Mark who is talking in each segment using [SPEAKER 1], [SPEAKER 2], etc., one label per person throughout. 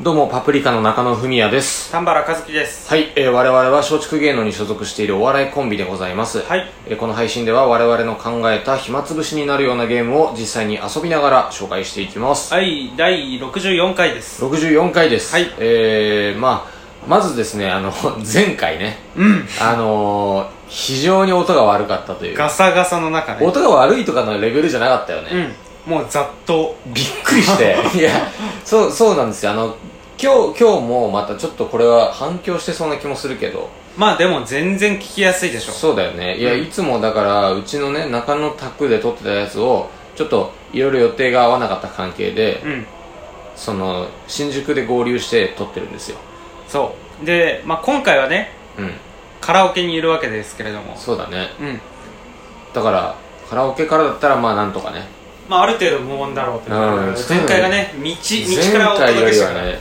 [SPEAKER 1] どうも、パプリカの中野文也です。
[SPEAKER 2] 丹原和樹です
[SPEAKER 1] はい、えー我々は松竹芸能に所属しているお笑いコンビでございます。
[SPEAKER 2] はい
[SPEAKER 1] えーこの配信では我々の考えた暇つぶしになるようなゲームを実際に遊びながら紹介していきます。
[SPEAKER 2] はい第64回です
[SPEAKER 1] 64回です。
[SPEAKER 2] はい
[SPEAKER 1] えー、まあ、まずですね、あの、 前回ね、うん。あのー非常に音が悪かったという。
[SPEAKER 2] ガサガサの中ね
[SPEAKER 1] 音が悪いとかのレベルじゃなかったよね。
[SPEAKER 2] うんもうざっと
[SPEAKER 1] びっくりして いやそうそうなんですよあの今日今日もまたちょっとこれは反響してそうな気もするけど
[SPEAKER 2] まあでも全然聞きやすいでしょ
[SPEAKER 1] そうだよねいや、
[SPEAKER 2] うん
[SPEAKER 1] いつもだからうちのね中野宅で撮ってたやつをちょっといろいろ予定が合わなかった関係で、
[SPEAKER 2] うん
[SPEAKER 1] その新宿で合流して撮ってるんですよ
[SPEAKER 2] そうで、まあ、今回はね
[SPEAKER 1] うん
[SPEAKER 2] カラオケにいるわけですけれども
[SPEAKER 1] そうだね
[SPEAKER 2] うん
[SPEAKER 1] だからカラオケからだったらまあなんとかね
[SPEAKER 2] まあある程度無音だろうという
[SPEAKER 1] うん
[SPEAKER 2] ことで前回がね道道から
[SPEAKER 1] 前
[SPEAKER 2] お届
[SPEAKER 1] 回よ
[SPEAKER 2] け
[SPEAKER 1] り
[SPEAKER 2] した
[SPEAKER 1] は
[SPEAKER 2] から
[SPEAKER 1] ね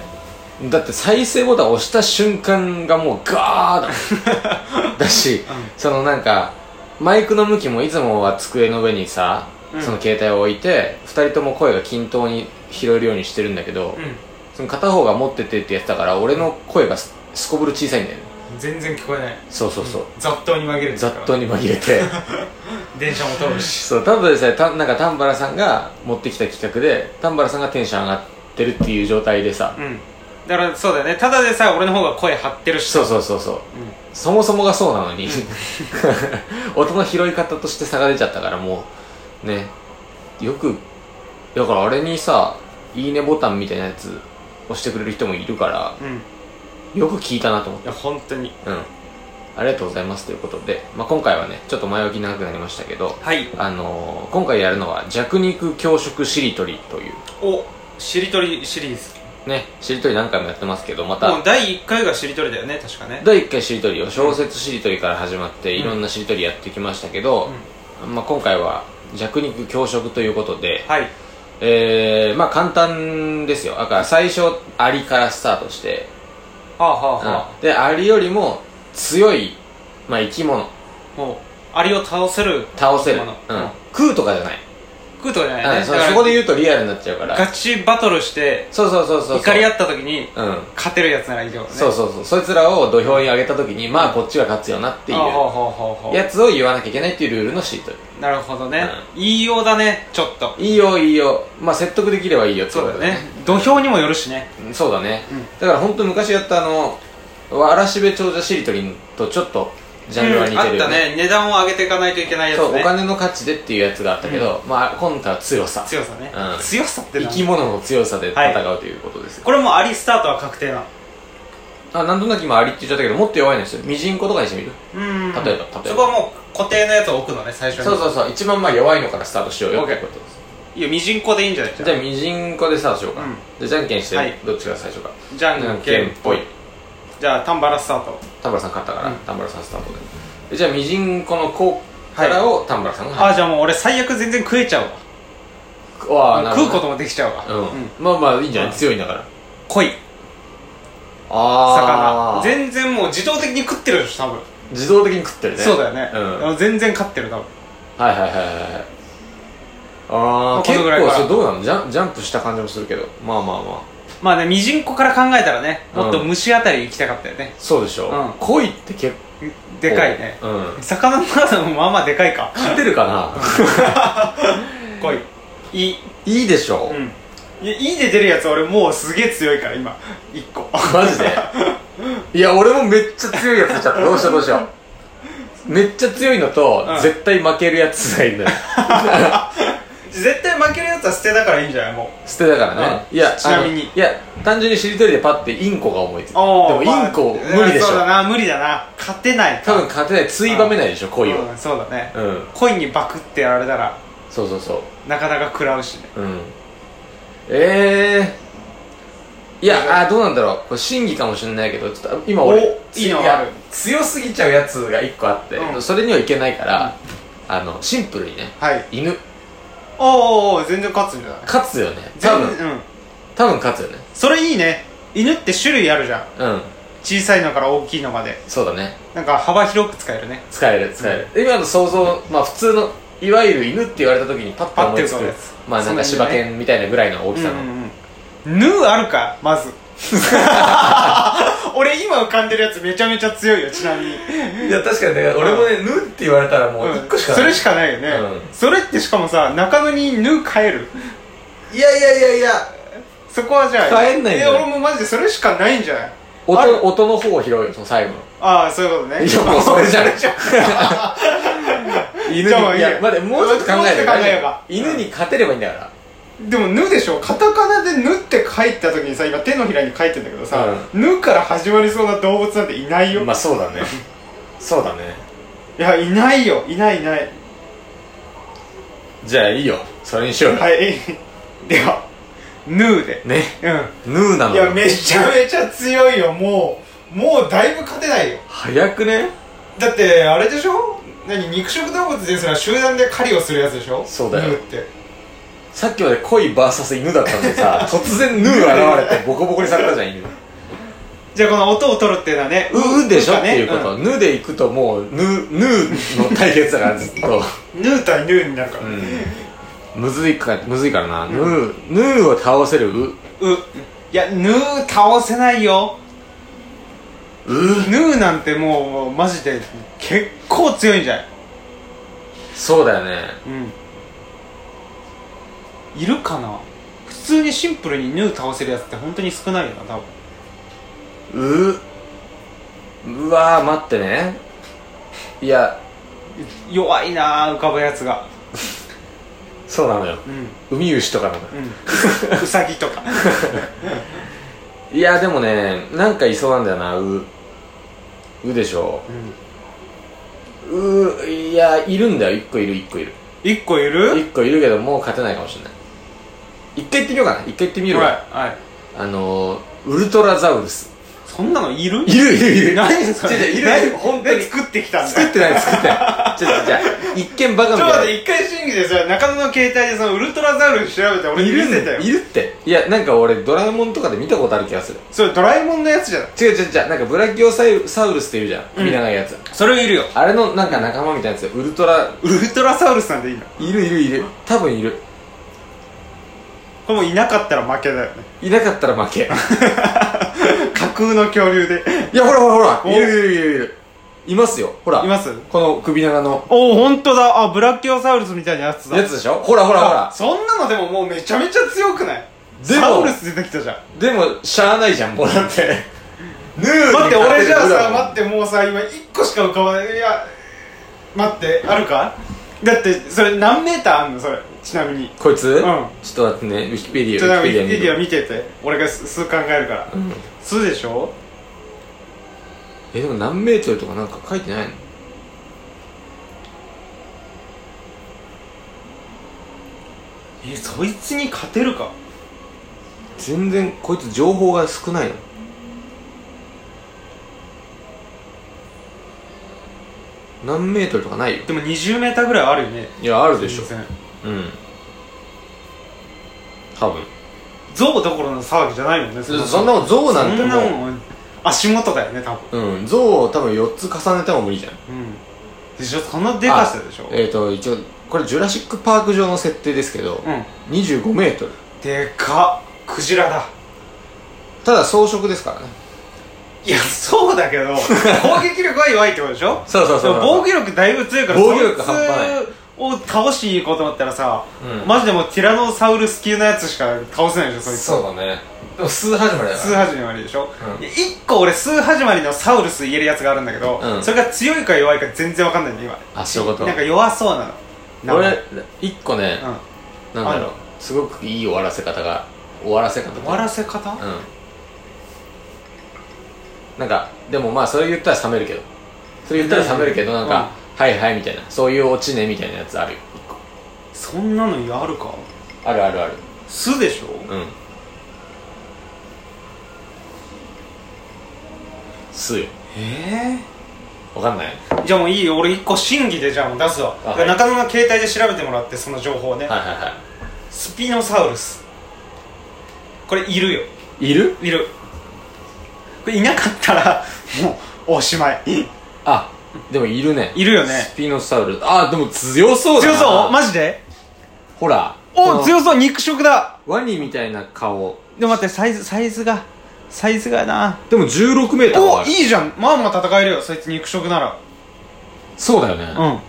[SPEAKER 1] だって再生ボタン押した瞬間がもうガー だだし、そのなんかマイクの向きもいつもは机の上にさ、
[SPEAKER 2] うん
[SPEAKER 1] その携帯を置いて2人とも声が均等に拾えるようにしてるんだけど、
[SPEAKER 2] う
[SPEAKER 1] その片方が持っててってやってたから俺の声がすすこぶる小さいんだよね
[SPEAKER 2] ん全然聞こえない
[SPEAKER 1] そうそうそう、
[SPEAKER 2] 雑踏に紛れてる
[SPEAKER 1] 雑踏に紛れて
[SPEAKER 2] 電車も通るし
[SPEAKER 1] そうただでさえたなんか丹原さんが持ってきた企画で丹原さんがテンション上がってるっていう状態でさ、
[SPEAKER 2] うんだからそうだよねただでさえ俺の方が声張ってるし
[SPEAKER 1] そうそうそうそう、そもそもがそうなの に音の拾い方として差が出ちゃったからもうねよくだからあれにさ「いいね」ボタンみたいなやつ押してくれる人もいるから
[SPEAKER 2] うんい
[SPEAKER 1] よく聞いたなと思って
[SPEAKER 2] や本当に
[SPEAKER 1] うんありがとうございますということで、まあ、今回はねちょっと前置き長くなりましたけど
[SPEAKER 2] はい
[SPEAKER 1] あのー今回やるのは「弱肉強食しりとり」という
[SPEAKER 2] おしりとりシリーズ
[SPEAKER 1] ねしりとり何回もやってますけどまた
[SPEAKER 2] もう第1回がしりとりだよね確かね
[SPEAKER 1] 第1回しりとりを小説しりとりから始まっていろんなしりとりやってきましたけど、まあ、今回は弱肉強食ということで、
[SPEAKER 2] はい
[SPEAKER 1] えー、まあ簡単ですよだから最初アリからスタートして、
[SPEAKER 2] はあはあは
[SPEAKER 1] うんでアリよりも強い、まあ、生き物
[SPEAKER 2] あもうアリを倒せる
[SPEAKER 1] 倒せる、
[SPEAKER 2] 生
[SPEAKER 1] うん
[SPEAKER 2] き物うん、
[SPEAKER 1] 食うとかじゃない、
[SPEAKER 2] 食うとかじゃないね
[SPEAKER 1] うん、そ
[SPEAKER 2] だから
[SPEAKER 1] そこで言うとリアルになっちゃうから
[SPEAKER 2] ガチバトルして
[SPEAKER 1] そうそうそうそう
[SPEAKER 2] 怒り合
[SPEAKER 1] っ
[SPEAKER 2] った時に
[SPEAKER 1] うん
[SPEAKER 2] 勝てるやつならいいけどね
[SPEAKER 1] そうそうそうそいつらを土俵に上げた時にまあこっちが勝つよなってい
[SPEAKER 2] はあは
[SPEAKER 1] う
[SPEAKER 2] あはあはあはあ
[SPEAKER 1] やつを言わなきゃいけないっていうルールのしりとり
[SPEAKER 2] なるほどね、言いようだねちょっと
[SPEAKER 1] いいよいいよまあ説得できればいいよってこ
[SPEAKER 2] そう
[SPEAKER 1] と
[SPEAKER 2] だよね土俵にもよるしね
[SPEAKER 1] うんそうだね、
[SPEAKER 2] うん
[SPEAKER 1] だから本当昔やったあのわらしべ長者しりとりとちょっとジャンルは似てる
[SPEAKER 2] うんあ
[SPEAKER 1] よ
[SPEAKER 2] ったね値段を上げていかないといけないやつ
[SPEAKER 1] そうお
[SPEAKER 2] ね
[SPEAKER 1] 金の価値でっていうやつがあったけど、まあ今回は強さ
[SPEAKER 2] 強さね、
[SPEAKER 1] うん
[SPEAKER 2] 強さって
[SPEAKER 1] 生
[SPEAKER 2] な
[SPEAKER 1] き物の強さで戦うということですよ、
[SPEAKER 2] これもうアリスタートは確定なの
[SPEAKER 1] あなんとなく今アリって言っちゃったけどもっと弱いのですよミジンコとかにしてみる、
[SPEAKER 2] うん
[SPEAKER 1] 例えば例えば
[SPEAKER 2] そこはもう固定のやつを置くのね最初に
[SPEAKER 1] そうそうそう一番まあ弱いのからスタートしようよ
[SPEAKER 2] オ
[SPEAKER 1] っ
[SPEAKER 2] ッ
[SPEAKER 1] て
[SPEAKER 2] ケー
[SPEAKER 1] ことです
[SPEAKER 2] いやミジンコでいいんじゃない
[SPEAKER 1] じゃあミジンコでスタートしようか、
[SPEAKER 2] うん
[SPEAKER 1] でじゃんけんして、
[SPEAKER 2] はい
[SPEAKER 1] どっちが最初か
[SPEAKER 2] じゃんけんぽいじゃあ丹原スタート
[SPEAKER 1] 田村さん勝ったから、
[SPEAKER 2] うん
[SPEAKER 1] 田村さんスタートででじゃあミジンコの子からを田村さんが、
[SPEAKER 2] あじゃあもう俺最悪全然食えちゃうわ
[SPEAKER 1] わあなるほ
[SPEAKER 2] 食
[SPEAKER 1] ど
[SPEAKER 2] うこともできちゃうわ
[SPEAKER 1] うん、まあまあいいんじゃない、
[SPEAKER 2] うん
[SPEAKER 1] 強いんだから
[SPEAKER 2] 濃い
[SPEAKER 1] あ
[SPEAKER 2] 魚
[SPEAKER 1] あ
[SPEAKER 2] 全然もう自動的に食ってるでしょ多分
[SPEAKER 1] 自動的に食ってるね
[SPEAKER 2] そうだよね
[SPEAKER 1] うん、
[SPEAKER 2] あの全然勝ってる多分
[SPEAKER 1] はいはいはいはいはいああ
[SPEAKER 2] あこ
[SPEAKER 1] 結
[SPEAKER 2] のぐらい
[SPEAKER 1] 構
[SPEAKER 2] か
[SPEAKER 1] それどうなのジャンジャンプした感じもするけどまあまあまあ
[SPEAKER 2] まあねミジンコから考えたらね
[SPEAKER 1] うん
[SPEAKER 2] もっと虫あたり行きたかったよね
[SPEAKER 1] そうでしょ、
[SPEAKER 2] うん
[SPEAKER 1] 恋って結構
[SPEAKER 2] でかいね
[SPEAKER 1] うん
[SPEAKER 2] 魚の中もまあまあでかいか
[SPEAKER 1] 勝てるかな
[SPEAKER 2] 濃いいい
[SPEAKER 1] いいでしょ、
[SPEAKER 2] うんいやいいで出るやつ俺もうすげえ強いから今1個
[SPEAKER 1] マジでいや俺もめっちゃ強いやつ出ちゃったどうしようどうしようめっちゃ強いのと、
[SPEAKER 2] うん
[SPEAKER 1] 絶対負けるやつがいるのよ
[SPEAKER 2] 絶対負けるやつは捨てだからいいんじゃないもう
[SPEAKER 1] 捨てだからね、
[SPEAKER 2] うん
[SPEAKER 1] いや
[SPEAKER 2] ちなみに
[SPEAKER 1] あのいや単純にしりとりでパッてインコが思いついたで
[SPEAKER 2] お
[SPEAKER 1] も
[SPEAKER 2] ー
[SPEAKER 1] インコ
[SPEAKER 2] まあ
[SPEAKER 1] 無理でし
[SPEAKER 2] そうだ
[SPEAKER 1] ょ
[SPEAKER 2] な無理だな勝てない
[SPEAKER 1] 多分勝てないついばめないでしょ恋を
[SPEAKER 2] うんそうだね
[SPEAKER 1] うん
[SPEAKER 2] 恋にバクってやられたら
[SPEAKER 1] そうそうそ
[SPEAKER 2] なかなか食らうしね
[SPEAKER 1] ううんええいやあーどうなんだろうこれ真偽かもしれないけどちょっと今俺
[SPEAKER 2] お
[SPEAKER 1] つ
[SPEAKER 2] いいの
[SPEAKER 1] や
[SPEAKER 2] ある
[SPEAKER 1] 強すぎちゃうやつが一個あって、
[SPEAKER 2] うん
[SPEAKER 1] それにはいけないから、あのシンプルにね
[SPEAKER 2] はい
[SPEAKER 1] 犬
[SPEAKER 2] おーおーおー全然勝つんじゃない
[SPEAKER 1] 勝つよね多
[SPEAKER 2] 全
[SPEAKER 1] 分
[SPEAKER 2] 然うん
[SPEAKER 1] 多分勝つよね
[SPEAKER 2] それいいね犬って種類あるじゃん
[SPEAKER 1] うん
[SPEAKER 2] 小さいのから大きいのまで
[SPEAKER 1] そうだね
[SPEAKER 2] なんか幅広く使えるね
[SPEAKER 1] 使える使える、今の想像まあ普通のいわゆる犬って言われた時にパッと思いつ
[SPEAKER 2] パッて浮かぶ
[SPEAKER 1] く
[SPEAKER 2] やつ
[SPEAKER 1] まあなんか
[SPEAKER 2] そん
[SPEAKER 1] 柴
[SPEAKER 2] な犬ね
[SPEAKER 1] 犬みたいなぐらいの大
[SPEAKER 2] う
[SPEAKER 1] き
[SPEAKER 2] んう
[SPEAKER 1] さの、
[SPEAKER 2] んうんヌーあるかまず 俺今浮かんでるやつめちゃめちゃ強いよちなみに
[SPEAKER 1] いや確かにね俺もね「ぬ」って言われたらもう1個しかない、
[SPEAKER 2] それしかないよね、
[SPEAKER 1] う
[SPEAKER 2] それってしかもさ中野に「ぬ」変える
[SPEAKER 1] いやいやいやいや
[SPEAKER 2] そこはじゃあ
[SPEAKER 1] 変えんないん
[SPEAKER 2] い
[SPEAKER 1] だよ
[SPEAKER 2] や俺もマジでそれしかないんじゃないあれ
[SPEAKER 1] 音音の方を拾うよその最後の
[SPEAKER 2] ああそういうことね
[SPEAKER 1] いやもうそれじゃ ね犬
[SPEAKER 2] じゃあまあ
[SPEAKER 1] に
[SPEAKER 2] いい
[SPEAKER 1] い
[SPEAKER 2] や
[SPEAKER 1] やまだもうちょっと考え
[SPEAKER 2] もうちょ
[SPEAKER 1] る
[SPEAKER 2] っと考えようか
[SPEAKER 1] 犬に勝てればいいんだから
[SPEAKER 2] でも「ぬ」でしょカタカナで「ぬ」って書いた時にさ今手のひらに書いてんだけどさ「ぬ、から始まりそうな動物なんていないよ、
[SPEAKER 1] まあそうだねそうだね
[SPEAKER 2] いやいないよいないいない
[SPEAKER 1] じゃあいいよそれにしようよ、
[SPEAKER 2] はい では「ぬ」で
[SPEAKER 1] ね
[SPEAKER 2] う
[SPEAKER 1] ヌーなんの
[SPEAKER 2] いやめちゃめちゃ強いよもうもうだいぶ勝てないよ
[SPEAKER 1] 早くね
[SPEAKER 2] だってあれでしょ何肉食動物ですら集団で狩りをするやつでしょ
[SPEAKER 1] そうだよ
[SPEAKER 2] ヌーって
[SPEAKER 1] さっきまで恋 VS 犬だったのにさ 突然ヌー現れてボコボコにされたじゃん犬
[SPEAKER 2] じゃあこの音を取るっていうのはね
[SPEAKER 1] ううでしょっていうこ
[SPEAKER 2] か
[SPEAKER 1] と、ヌで行くともうヌヌーの対決だからずっと
[SPEAKER 2] うんヌー対ヌーになるから、
[SPEAKER 1] う
[SPEAKER 2] うん
[SPEAKER 1] むずいかむずいからな、ヌーヌーを倒せるう
[SPEAKER 2] いやヌー倒せないよ
[SPEAKER 1] う
[SPEAKER 2] ヌーなんてもうマジで結構強いんじゃない
[SPEAKER 1] そうだよね
[SPEAKER 2] うんいるかな普通にシンプルにヌー倒せるやつって本当に少ないよな多分
[SPEAKER 1] ううわー待ってねいや
[SPEAKER 2] 弱いなあ浮かぶやつが
[SPEAKER 1] そうなのよ
[SPEAKER 2] うん
[SPEAKER 1] ウミウシとかなのよ
[SPEAKER 2] うんうさぎ とか
[SPEAKER 1] いやでもねなんかいそうなんだよなううでしょ
[SPEAKER 2] うん
[SPEAKER 1] ういやいるんだよ一個いる一個いる
[SPEAKER 2] 一個いる
[SPEAKER 1] 一個いるけどもう勝てないかもしれない一回行ってみようかな一回行ってみるわ
[SPEAKER 2] はいはい
[SPEAKER 1] あのー、ウルトラザウルス
[SPEAKER 2] そんなのいる
[SPEAKER 1] いるいるいる
[SPEAKER 2] 何それ
[SPEAKER 1] 違う違ういるいる本当に
[SPEAKER 2] 何作ってきたんだ
[SPEAKER 1] 作
[SPEAKER 2] よ
[SPEAKER 1] ってない作ってないちょっとじゃあ一見バカみ
[SPEAKER 2] ちょっと
[SPEAKER 1] た
[SPEAKER 2] 待
[SPEAKER 1] い
[SPEAKER 2] って一回審議でさ中野の携帯でそのウルトラザウルス調べて俺
[SPEAKER 1] ない
[SPEAKER 2] に見
[SPEAKER 1] んだ
[SPEAKER 2] せたよ
[SPEAKER 1] いるっていやなんか俺ドラえもんとかで見たことある気がする
[SPEAKER 2] それドラえもんのやつじゃない
[SPEAKER 1] 違う違う違うなんかブラキオサウサウルスっていうじゃん
[SPEAKER 2] うん
[SPEAKER 1] 首長いやつ、
[SPEAKER 2] それいるよ
[SPEAKER 1] あれのなんか仲間みたいなやつウルトラ
[SPEAKER 2] ウルトラサウルスなんていいの
[SPEAKER 1] いるいるいる多分いる
[SPEAKER 2] これもういなかったら負けだよね
[SPEAKER 1] いなかったら負 けい
[SPEAKER 2] 架空の恐竜で
[SPEAKER 1] やほらほらほ
[SPEAKER 2] お
[SPEAKER 1] らいるいるいるいるいますよほら
[SPEAKER 2] います
[SPEAKER 1] この首長の
[SPEAKER 2] おお本当だあブラキオサウルスみたいなやつだ
[SPEAKER 1] やつでしょほらほらほら
[SPEAKER 2] そんなのでももうめちゃめちゃ強くない
[SPEAKER 1] でも
[SPEAKER 2] サウルス出てきたじゃん
[SPEAKER 1] でもしゃあないじゃんもうだってヌー
[SPEAKER 2] 待って俺じゃあさ
[SPEAKER 1] って
[SPEAKER 2] 待ってもうさ今1個しか浮かばないいや待ってあるかだってそれ何メーターあんのそれちなみに
[SPEAKER 1] こいつ、
[SPEAKER 2] ん
[SPEAKER 1] ちょっと待ってねウィキペディ
[SPEAKER 2] ちょっと
[SPEAKER 1] ア
[SPEAKER 2] なんかウィキペディア
[SPEAKER 1] 見る
[SPEAKER 2] 見てて俺が数数考えるから
[SPEAKER 1] うん
[SPEAKER 2] 数でしょ
[SPEAKER 1] えでも何メートルとかなんか書いてないの
[SPEAKER 2] えそいつに勝てるか
[SPEAKER 1] 全然こいつ情報が少ないの何メートルとかないよ
[SPEAKER 2] でも20メーターぐらいあるよね
[SPEAKER 1] いやある
[SPEAKER 2] 全然
[SPEAKER 1] うん多分
[SPEAKER 2] 象どころの騒ぎじゃないもんね
[SPEAKER 1] そそんなもん象なんて
[SPEAKER 2] そんな
[SPEAKER 1] も
[SPEAKER 2] もん足元だよね多分
[SPEAKER 1] ううん象を多分4つ重ねても無理じゃん
[SPEAKER 2] うんでしょそのでかさでしょ
[SPEAKER 1] えっ、ー、と一応これジュラシック・パーク上の設定ですけど、
[SPEAKER 2] うん
[SPEAKER 1] 25メートル
[SPEAKER 2] でかっクジラだ
[SPEAKER 1] ただ装飾ですからね
[SPEAKER 2] いやそうだけ ど攻撃力は弱いってことでしょ
[SPEAKER 1] そうそうそう
[SPEAKER 2] でも防御力だいぶ強いから
[SPEAKER 1] 防御力半端ない
[SPEAKER 2] そいつを倒しに行こうと思ったらさ、
[SPEAKER 1] うん
[SPEAKER 2] マジでもうティラノサウルス級のやつしか倒せないでしょそいつ
[SPEAKER 1] そうだねでも数始まりだ
[SPEAKER 2] 数始まりでしょ、
[SPEAKER 1] うん
[SPEAKER 2] いや一個俺数始まりのサウルス言えるやつがあるんだけど、
[SPEAKER 1] うん
[SPEAKER 2] それが強いか弱いか全然わかんないんだ今
[SPEAKER 1] あそういうこと
[SPEAKER 2] なんか弱そうなの名前
[SPEAKER 1] 俺一個ね、
[SPEAKER 2] うん
[SPEAKER 1] なんだろ
[SPEAKER 2] あ
[SPEAKER 1] うすごくいい終わらせ方が終わらせ方
[SPEAKER 2] 終わらせ方、
[SPEAKER 1] うんなんかでもまあそれ言ったら冷めるけどそれ言ったら冷めるけどなんか、はいはいみたいなそういうオチねみたいなやつあるよ一個
[SPEAKER 2] そんなのやるか
[SPEAKER 1] あるあるある
[SPEAKER 2] 巣でしょ、
[SPEAKER 1] うんすよ
[SPEAKER 2] ええ
[SPEAKER 1] わかんない
[SPEAKER 2] じゃあもういいよ俺一個審議でじゃあもう出すわ、
[SPEAKER 1] あはい
[SPEAKER 2] 中野の携帯で調べてもらってその情報をね、
[SPEAKER 1] はいはいは
[SPEAKER 2] スピノサウルスこれいるよ
[SPEAKER 1] いいる
[SPEAKER 2] いるこれいなかったらもうおしまい
[SPEAKER 1] あでもいるね
[SPEAKER 2] いるよね
[SPEAKER 1] スピノサウルスあでも強そうだな
[SPEAKER 2] 強そうマジで
[SPEAKER 1] ほらこ
[SPEAKER 2] お
[SPEAKER 1] の
[SPEAKER 2] 強そう肉食だ
[SPEAKER 1] ワニみたいな顔
[SPEAKER 2] でも待ってサイズサイズがサイズがな
[SPEAKER 1] でも16メーターは
[SPEAKER 2] お
[SPEAKER 1] ある
[SPEAKER 2] いいじゃんまあまあ戦えるよそいつ肉食なら
[SPEAKER 1] そうだよね、
[SPEAKER 2] うん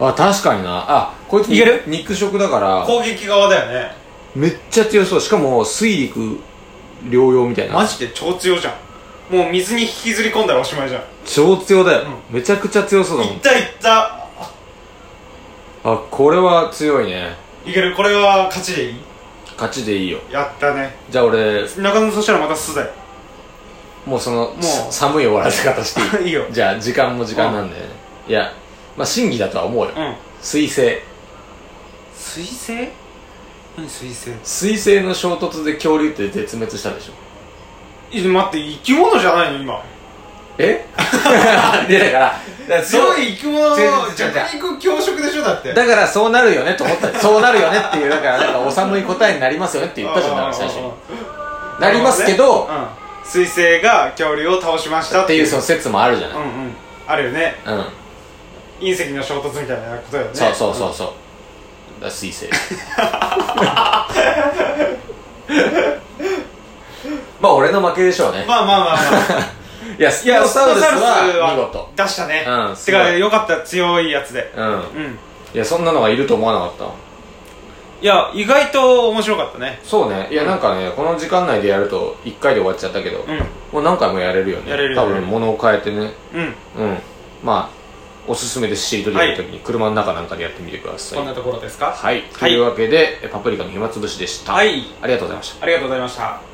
[SPEAKER 1] あ確かになあこいつ
[SPEAKER 2] いける
[SPEAKER 1] 肉食だから
[SPEAKER 2] 攻撃側だよね
[SPEAKER 1] めっちゃ強そうしかも水陸両用みたいな
[SPEAKER 2] マジで超強じゃんもう水に引きずり込んだらおしまいじゃん
[SPEAKER 1] 超強だよ、めちゃくちゃ強そうだも
[SPEAKER 2] いっ
[SPEAKER 1] ん
[SPEAKER 2] たいった
[SPEAKER 1] あこれは強いね
[SPEAKER 2] いけるこれは勝ちでいい
[SPEAKER 1] 勝ちでいいよ
[SPEAKER 2] やったね
[SPEAKER 1] じゃあ俺
[SPEAKER 2] 中野そしたらまた素だよ
[SPEAKER 1] もうその
[SPEAKER 2] う
[SPEAKER 1] さ寒い終わらせ方していい
[SPEAKER 2] いいよ
[SPEAKER 1] じゃあ時間も時間なんで、いやまあ真偽だとは思うよ
[SPEAKER 2] うん
[SPEAKER 1] 水星
[SPEAKER 2] 水星何水星
[SPEAKER 1] 水星の衝突で恐竜って絶滅したでしょ
[SPEAKER 2] いや待って生き物じゃないの今
[SPEAKER 1] え いやだからだからそう
[SPEAKER 2] い生き物の
[SPEAKER 1] 違う違う違う
[SPEAKER 2] 弱肉強食でしょだって
[SPEAKER 1] だからそうなるよねと思ったそうなるよねっていうだからなんかお寒い答えになりますよねって言ったじゃんだから最初になりますけど、
[SPEAKER 2] うん水星が恐竜を倒しました
[SPEAKER 1] っていうその説もあるじゃ
[SPEAKER 2] う
[SPEAKER 1] ない、
[SPEAKER 2] んうんあるよね
[SPEAKER 1] うん
[SPEAKER 2] 隕石の衝突みたいなことだよね
[SPEAKER 1] そうそうそううそう、だから水星 まあ俺の負けでしょうね、
[SPEAKER 2] んまあまあまあまあ
[SPEAKER 1] いやスピノサウルス
[SPEAKER 2] スピノサウルス
[SPEAKER 1] は
[SPEAKER 2] 出したね
[SPEAKER 1] うんす
[SPEAKER 2] て
[SPEAKER 1] ごい
[SPEAKER 2] かよかった強いやつで
[SPEAKER 1] 見事うん
[SPEAKER 2] うん
[SPEAKER 1] いやそんなのがいると思わなかった
[SPEAKER 2] いや意外と面白かったね
[SPEAKER 1] そうねいやなんかねこの時間内でやると1回で終わっちゃったけど、
[SPEAKER 2] うん
[SPEAKER 1] もう何回もやれるよね
[SPEAKER 2] やれる
[SPEAKER 1] 多
[SPEAKER 2] やれる
[SPEAKER 1] 分物を変えてね
[SPEAKER 2] うん
[SPEAKER 1] うんまあおすすめですしとりあえず時に車の中なんかでやってみてください
[SPEAKER 2] こんなところですか
[SPEAKER 1] はい、というわけで、えパプリカの暇つぶしでした、
[SPEAKER 2] はい
[SPEAKER 1] ありがとうございました
[SPEAKER 2] ありがとうございました